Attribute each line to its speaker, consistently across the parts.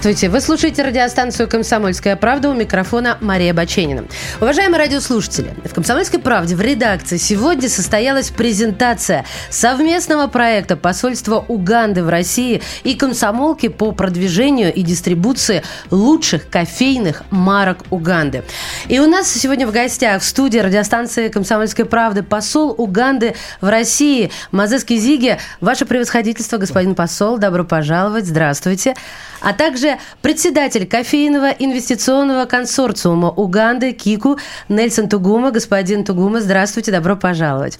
Speaker 1: Здравствуйте. Вы слушаете радиостанцию «Комсомольская правда» у микрофона Мария Баченина. Уважаемые радиослушатели, в «Комсомольской правде» в редакции сегодня состоялась презентация совместного проекта посольства Уганды в России и комсомолки по продвижению и дистрибуции лучших кофейных марок Уганды. И у нас сегодня в гостях в студии радиостанции «Комсомольской правды» посол Уганды в России Мазески Зиги. Ваше превосходительство, господин посол, добро пожаловать, здравствуйте. А также председатель кофейного инвестиционного консорциума Уганды Кику Нельсон Тугума. Господин Тугума, здравствуйте, добро пожаловать.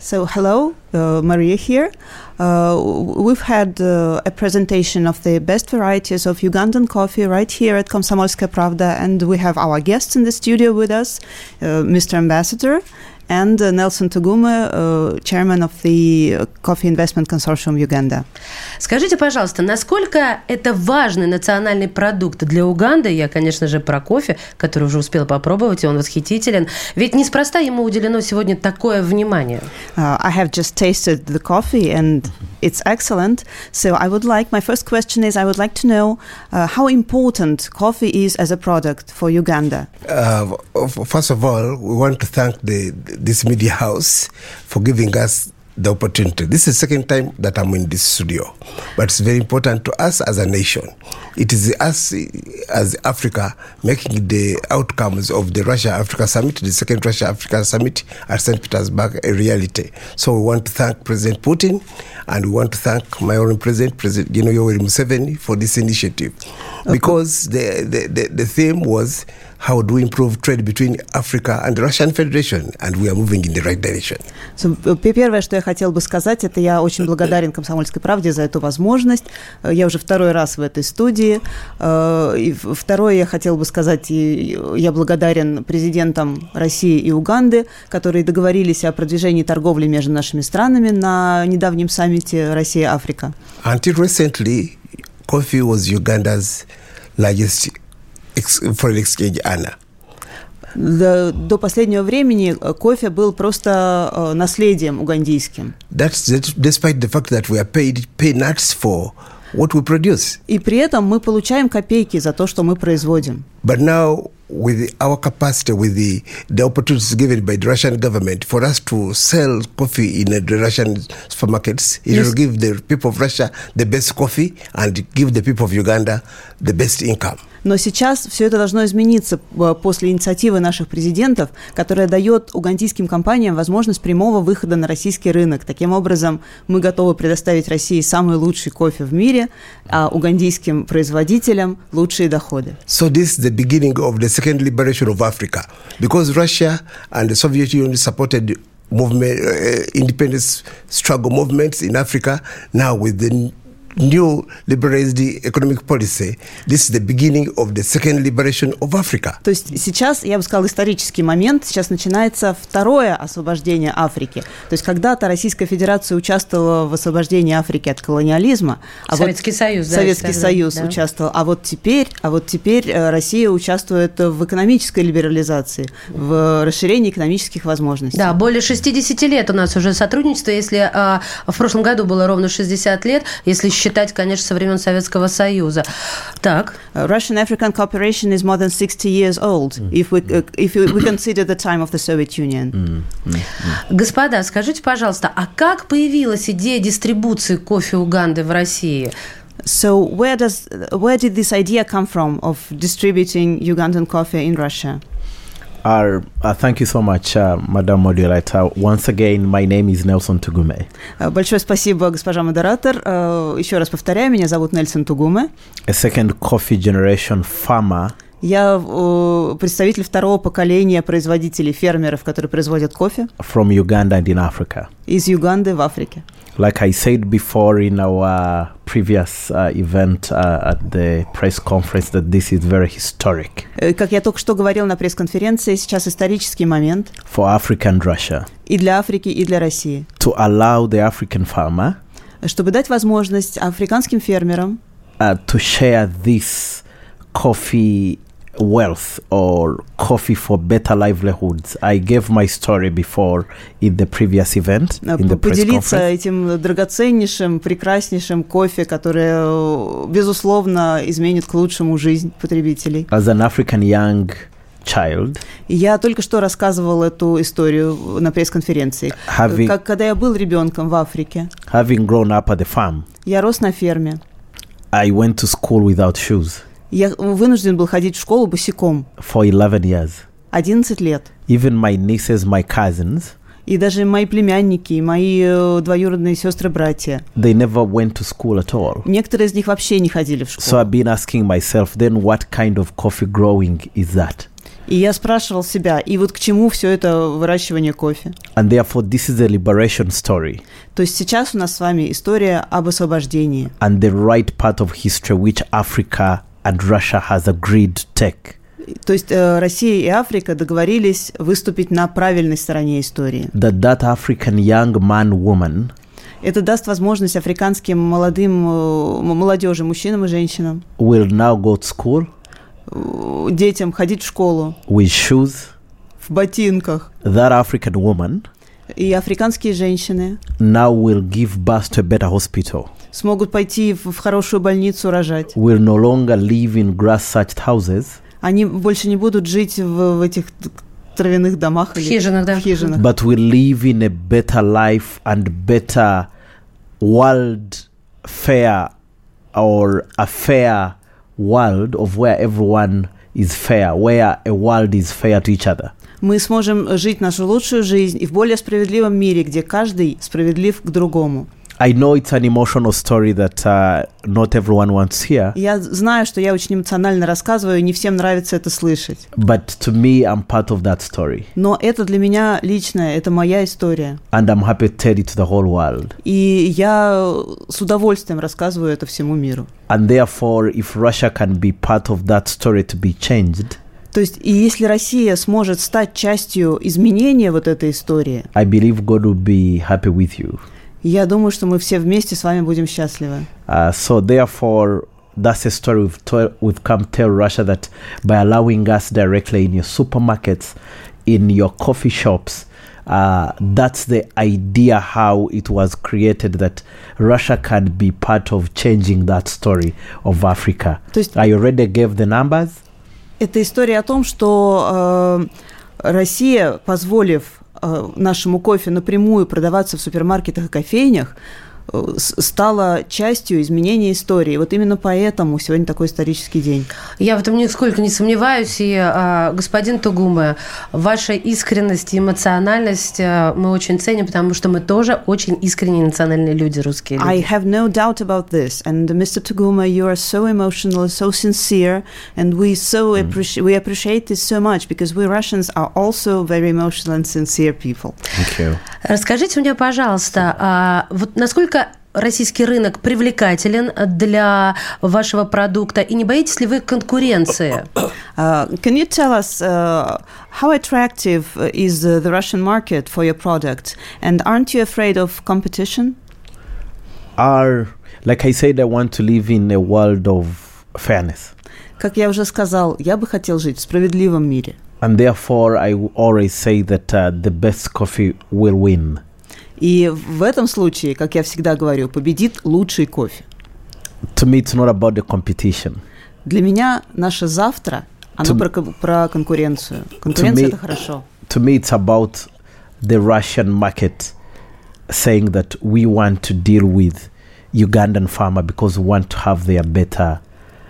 Speaker 2: So, hello, uh, Maria here. Uh, we've had uh, a presentation of the best varieties of Ugandan coffee right here at Komsomolskaya Pravda, and we have our guests in the studio with us, Mr. Ambassador and uh, Nelson Tugume, chairman of the uh, Coffee Investment Consortium Uganda.
Speaker 1: Скажите, пожалуйста, насколько это важный национальный продукт для Уганды? Я, конечно же, про кофе, который уже успела попробовать, и он восхитителен. Ведь неспроста ему уделено сегодня такое внимание.
Speaker 2: Uh, I have just tasted the coffee and it's excellent. So I would like, my first question is, I would like to know uh, how important coffee is as a product for Uganda.
Speaker 3: Uh, first of all, we want to thank the, this media house for giving us the opportunity. This is the second time that I'm in this studio, but it's very important to us as a nation. It is us as Africa making the outcomes of the Russia Africa Summit, the second Russia Africa Summit at St. Petersburg, a reality. So we want to thank President Putin and we want to thank my own president, President Gino Yoweri Museveni, for this initiative okay. because the, the, the, the theme was how do we improve trade between Africa and the Russian Federation, and we are moving in the right direction.
Speaker 2: So, первое, что я хотел бы сказать, это я очень благодарен «Комсомольской правде» за эту возможность. Я уже второй раз в этой студии. Э, И второе, я хотел бы сказать, я благодарен президентам России и Уганды, которые договорились о продвижении торговли между нашими странами на недавнем саммите «Россия-Африка».
Speaker 3: Until recently, coffee was Uganda's largest foreign exchange earner.
Speaker 2: До, до последнего времени э, кофе был просто э, наследием угандийским.
Speaker 3: That's despite the fact that we are paid peanuts for what we produce.
Speaker 2: И при этом мы получаем копейки за то, что мы производим.
Speaker 3: But now with our capacity, with the, the opportunities given by the Russian government for us to sell coffee in the Russian supermarkets. It yes. will give the people of Russia the best coffee and give the people of Uganda the best income.
Speaker 2: Но сейчас все это должно измениться э, после инициативы наших президентов, которая дает угандийским компаниям возможность прямого выхода на российский рынок. Таким образом, мы готовы предоставить России самый лучший кофе в мире, а угандийским производителям лучшие доходы.
Speaker 3: So this is the beginning of the second liberation of Africa because Russia and the Soviet Union supported movement, uh, independence struggle movements in Africa. Now with the new liberalized economic policy. This is the beginning of the second liberation of Africa.
Speaker 2: То есть сейчас, я бы сказал, исторический момент. Сейчас начинается второе освобождение Африки. То есть когда-то Российская Федерация участвовала в освобождении Африки от колониализма.
Speaker 1: А Советский вот, Союз, да.
Speaker 2: Советский тогда, Союз да. участвовал. А вот теперь, а вот теперь Россия участвует в экономической либерализации, в расширении экономических возможностей.
Speaker 1: Да, более 60 лет у нас уже сотрудничество. Если а, в прошлом году было ровно 60 лет, если считать считать, конечно, со времен Советского Союза. Так.
Speaker 2: Э, Russian African cooperation is more than 60 years old, if we, э, if we consider the time of the Soviet Union.
Speaker 1: Господа, скажите, пожалуйста, а как появилась идея дистрибуции кофе Уганды в России?
Speaker 2: So where does where did this idea come from of distributing Ugandan coffee in Russia?
Speaker 4: Uh, uh, thank you so much, uh, Madam Moderator. Once again, my name is Nelson Tugume.
Speaker 2: Э, Большое спасибо, госпожа модератор. Э, Еще раз повторяю, меня зовут Нельсон Тугуме.
Speaker 4: A second coffee generation farmer.
Speaker 2: Я э, представитель второго поколения производителей фермеров, которые производят кофе.
Speaker 4: From Uganda and in Africa.
Speaker 2: Из Юганды в Африке.
Speaker 4: Like I said before in our previous uh, event uh, at the press conference that this is very historic.
Speaker 2: Э, Как я только что говорил на пресс-конференции, сейчас исторический момент.
Speaker 4: For Africa and Russia.
Speaker 2: И для Африки, и для России.
Speaker 4: To allow the African farmer.
Speaker 2: Чтобы дать возможность африканским фермерам.
Speaker 4: Uh, to share this coffee wealth or coffee for better livelihoods. I gave my story before in the previous event
Speaker 2: Э,
Speaker 4: in the press
Speaker 2: поделиться
Speaker 4: conference.
Speaker 2: этим драгоценнейшим, прекраснейшим кофе, которое, э, безусловно, изменит к лучшему жизнь потребителей.
Speaker 4: As an African young child,
Speaker 2: Я только что рассказывала эту историю на пресс-конференции.
Speaker 4: having
Speaker 2: Как когда я был ребенком в Африке,
Speaker 4: having grown up at the farm,
Speaker 2: я рос на ферме.
Speaker 4: I went to school without shoes
Speaker 2: Я вынужден был ходить в школу босиком
Speaker 4: for 11 years.
Speaker 2: 11 лет.
Speaker 4: Even my nieces, my cousins,
Speaker 2: И даже мои племянники, и мои э, двоюродные сестры-братья.
Speaker 4: they never went to school at all.
Speaker 2: Некоторые из них вообще не ходили в
Speaker 4: So
Speaker 2: школу.
Speaker 4: I've been asking myself, then what kind of coffee growing is that?
Speaker 2: И я спрашивал себя, и вот к чему все это выращивание кофе?
Speaker 4: And therefore, this is a liberation story
Speaker 2: То есть сейчас у нас с вами история об освобождении
Speaker 4: and the right part of history which Africa and Russia has agreed to take.
Speaker 2: То есть э, Россия и Африка договорились выступить на правильной стороне истории.
Speaker 4: That that African young man, woman
Speaker 2: Это даст возможность африканским молодым э, м- молодежи, мужчинам и женщинам,
Speaker 4: will now go to school
Speaker 2: э, детям ходить в школу
Speaker 4: with shoes.
Speaker 2: в ботинках.
Speaker 4: That African woman
Speaker 2: И африканские женщины
Speaker 4: now will give birth to a better hospital.
Speaker 2: смогут пойти в, в хорошую больницу рожать.
Speaker 4: Will no longer live in grass-thatched houses,
Speaker 2: Они больше не будут жить в, в этих т- травяных домах
Speaker 1: В
Speaker 2: или
Speaker 1: хижинах, да.
Speaker 2: в хижинах.
Speaker 4: but will live in a better life and better world fair or a fair world of where everyone is fair, where a world is fair to each other.
Speaker 2: Мы сможем жить нашу лучшую жизнь и в более справедливом мире, где каждый справедлив к другому.
Speaker 4: I know it's an emotional story that uh, not everyone wants to hear,
Speaker 2: Я знаю, что я очень эмоционально рассказываю, и не всем нравится это слышать.
Speaker 4: but to me, I'm part of that story.
Speaker 2: Но это для меня личное, это моя история.
Speaker 4: And I'm happy to tell it to the whole world.
Speaker 2: И я с удовольствием рассказываю это всему миру.
Speaker 4: And therefore, if Russia can be part of that story to be changed,
Speaker 2: То есть, и если Россия сможет стать частью изменения вот этой истории,
Speaker 4: I believe God will be happy with you.
Speaker 2: я думаю, что мы все вместе с вами будем счастливы.
Speaker 4: Uh, so therefore, that's a story we've told, we've come tell Russia that by allowing us directly in your supermarkets, in your coffee shops, uh, that's the idea how it was created that Russia can be part of changing that story of Africa.
Speaker 2: То есть,
Speaker 4: I already gave the numbers.
Speaker 2: это история о том, что э, Россия, позволив э, нашему кофе напрямую продаваться в супермаркетах и кофейнях, э, с- стала частью изменения истории. Вот именно поэтому сегодня такой исторический день.
Speaker 1: Я в этом нисколько не сомневаюсь. И, а, господин Тугума, ваша искренность и эмоциональность а, мы очень ценим, потому что мы тоже очень искренние национальные люди, русские люди.
Speaker 2: I have no doubt about this. And Mr. Tuguma, you are so emotional, so sincere, and we so appreciate we appreciate this so much because we Russians are also very emotional and sincere people.
Speaker 4: Thank you.
Speaker 1: Расскажите мне, пожалуйста, а, вот насколько российский рынок привлекателен для вашего продукта, и не боитесь ли вы конкуренции?
Speaker 2: Uh, can you tell us uh, how attractive uh, is uh, the Russian market for your product? And aren't you afraid of competition?
Speaker 4: Are like I said, I want to live in a world of fairness,
Speaker 2: Как я уже сказал, я бы хотел жить в справедливом мире.
Speaker 4: and therefore I w- always say that uh, the best coffee will win.
Speaker 2: И в этом случае, как я всегда говорю, победит лучший кофе.
Speaker 4: to me it's not about the competition
Speaker 2: Для меня наше завтра, оно
Speaker 4: To-
Speaker 2: про, кон- про конкуренцию. Конкуренция
Speaker 4: me-
Speaker 2: это хорошо.
Speaker 4: to me it's about the russian market saying that we want to deal with ugandan farmer because we want to have their better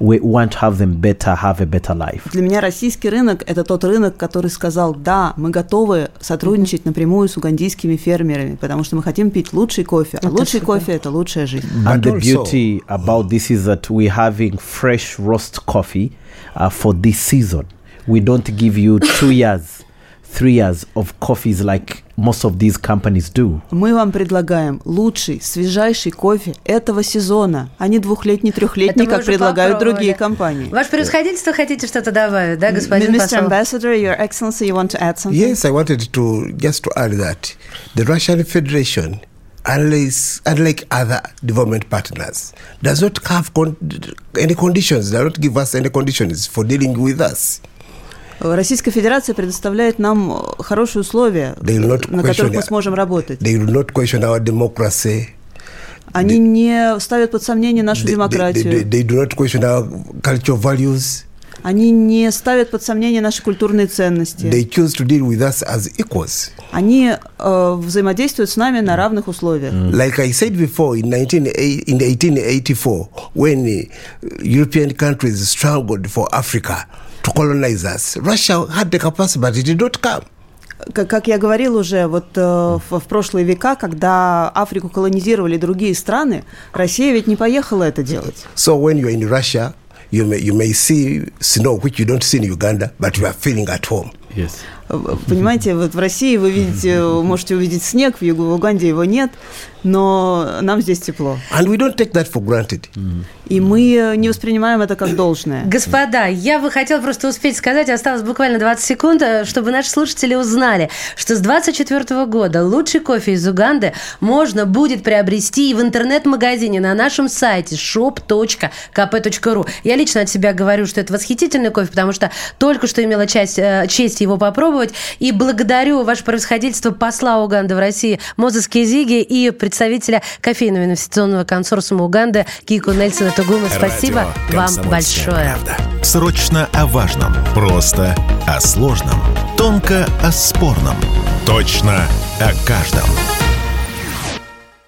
Speaker 4: we want to have them better have a better life
Speaker 2: Для меня российский рынок – это тот рынок, который сказал, да, мы готовы сотрудничать напрямую с угандийскими фермерами, потому что мы хотим пить лучший кофе, а
Speaker 1: Это
Speaker 2: лучший
Speaker 1: супер.
Speaker 2: кофе – это лучшая жизнь.
Speaker 4: and
Speaker 3: But
Speaker 4: the
Speaker 3: also-
Speaker 4: beauty about this is that we're having fresh roast coffee uh, for this season we don't give you two years three years of coffees like most of these companies do
Speaker 2: Мы вам предлагаем лучший, свежайший кофе этого сезона, а не двухлетний, трехлетний,
Speaker 1: Это мы
Speaker 2: как
Speaker 1: уже
Speaker 2: предлагают
Speaker 1: попробовали.
Speaker 2: другие компании.
Speaker 1: Ваше превосходительство, хотите что-то добавить, да, господин
Speaker 2: Mr.
Speaker 1: посол?
Speaker 2: Ambassador, Your Excellency, you want to add something?
Speaker 3: Yes, I wanted to just to add that the Russian Federation unless, unlike other development partners, does not have con- any conditions, does not give us any conditions for dealing with us.
Speaker 2: Российская Федерация предоставляет нам э, хорошие условия,
Speaker 3: They will not
Speaker 2: на которых
Speaker 3: question
Speaker 2: мы сможем работать.
Speaker 3: They will not question our democracy.
Speaker 2: Они не ставят под сомнение нашу
Speaker 3: They, they,
Speaker 2: демократию.
Speaker 3: they, they do not question our cultural values.
Speaker 2: Они не ставят под сомнение наши культурные ценности.
Speaker 3: They choose to deal with us as equals.
Speaker 2: Они э, взаимодействуют с нами на равных условиях.
Speaker 3: Like I said before, in, 19, in 1884, when uh, European countries struggled for Africa to colonize us, Russia had the capacity, but it did not come.
Speaker 2: Как, как я говорил уже, вот э, в, в прошлые века, когда Африку колонизировали другие страны, Россия ведь не поехала это делать.
Speaker 3: So when you're in Russia, you may, you may see snow, which you don't see in Uganda, but you are feeling at home.
Speaker 4: Yes.
Speaker 2: Э, Понимаете, вот в России вы видите, э, можете увидеть снег, в Юго- в Уганде его нет, но нам здесь тепло.
Speaker 3: And we don't take that for granted.
Speaker 2: И мы э, не воспринимаем это как должное.
Speaker 1: Господа, я бы хотела просто успеть сказать, осталось буквально 20 секунд, э, чтобы наши слушатели узнали, что с 24 года лучший кофе из Уганды можно будет приобрести и в интернет-магазине на нашем сайте shop.kp.ru. Я лично от себя говорю, что это восхитительный кофе, потому что только что имела часть, э, честь его попробовать. И благодарю ваше превосходительство посла Уганды в России Мозес Кезиги и представителя кофейного инвестиционного консорциума Уганды Кику Нельсона Тугума. Спасибо
Speaker 5: Радио
Speaker 1: вам
Speaker 5: «Комсомольская
Speaker 1: большое.
Speaker 5: правда». Срочно о важном. Просто о сложном. Тонко о спорном. Точно о каждом.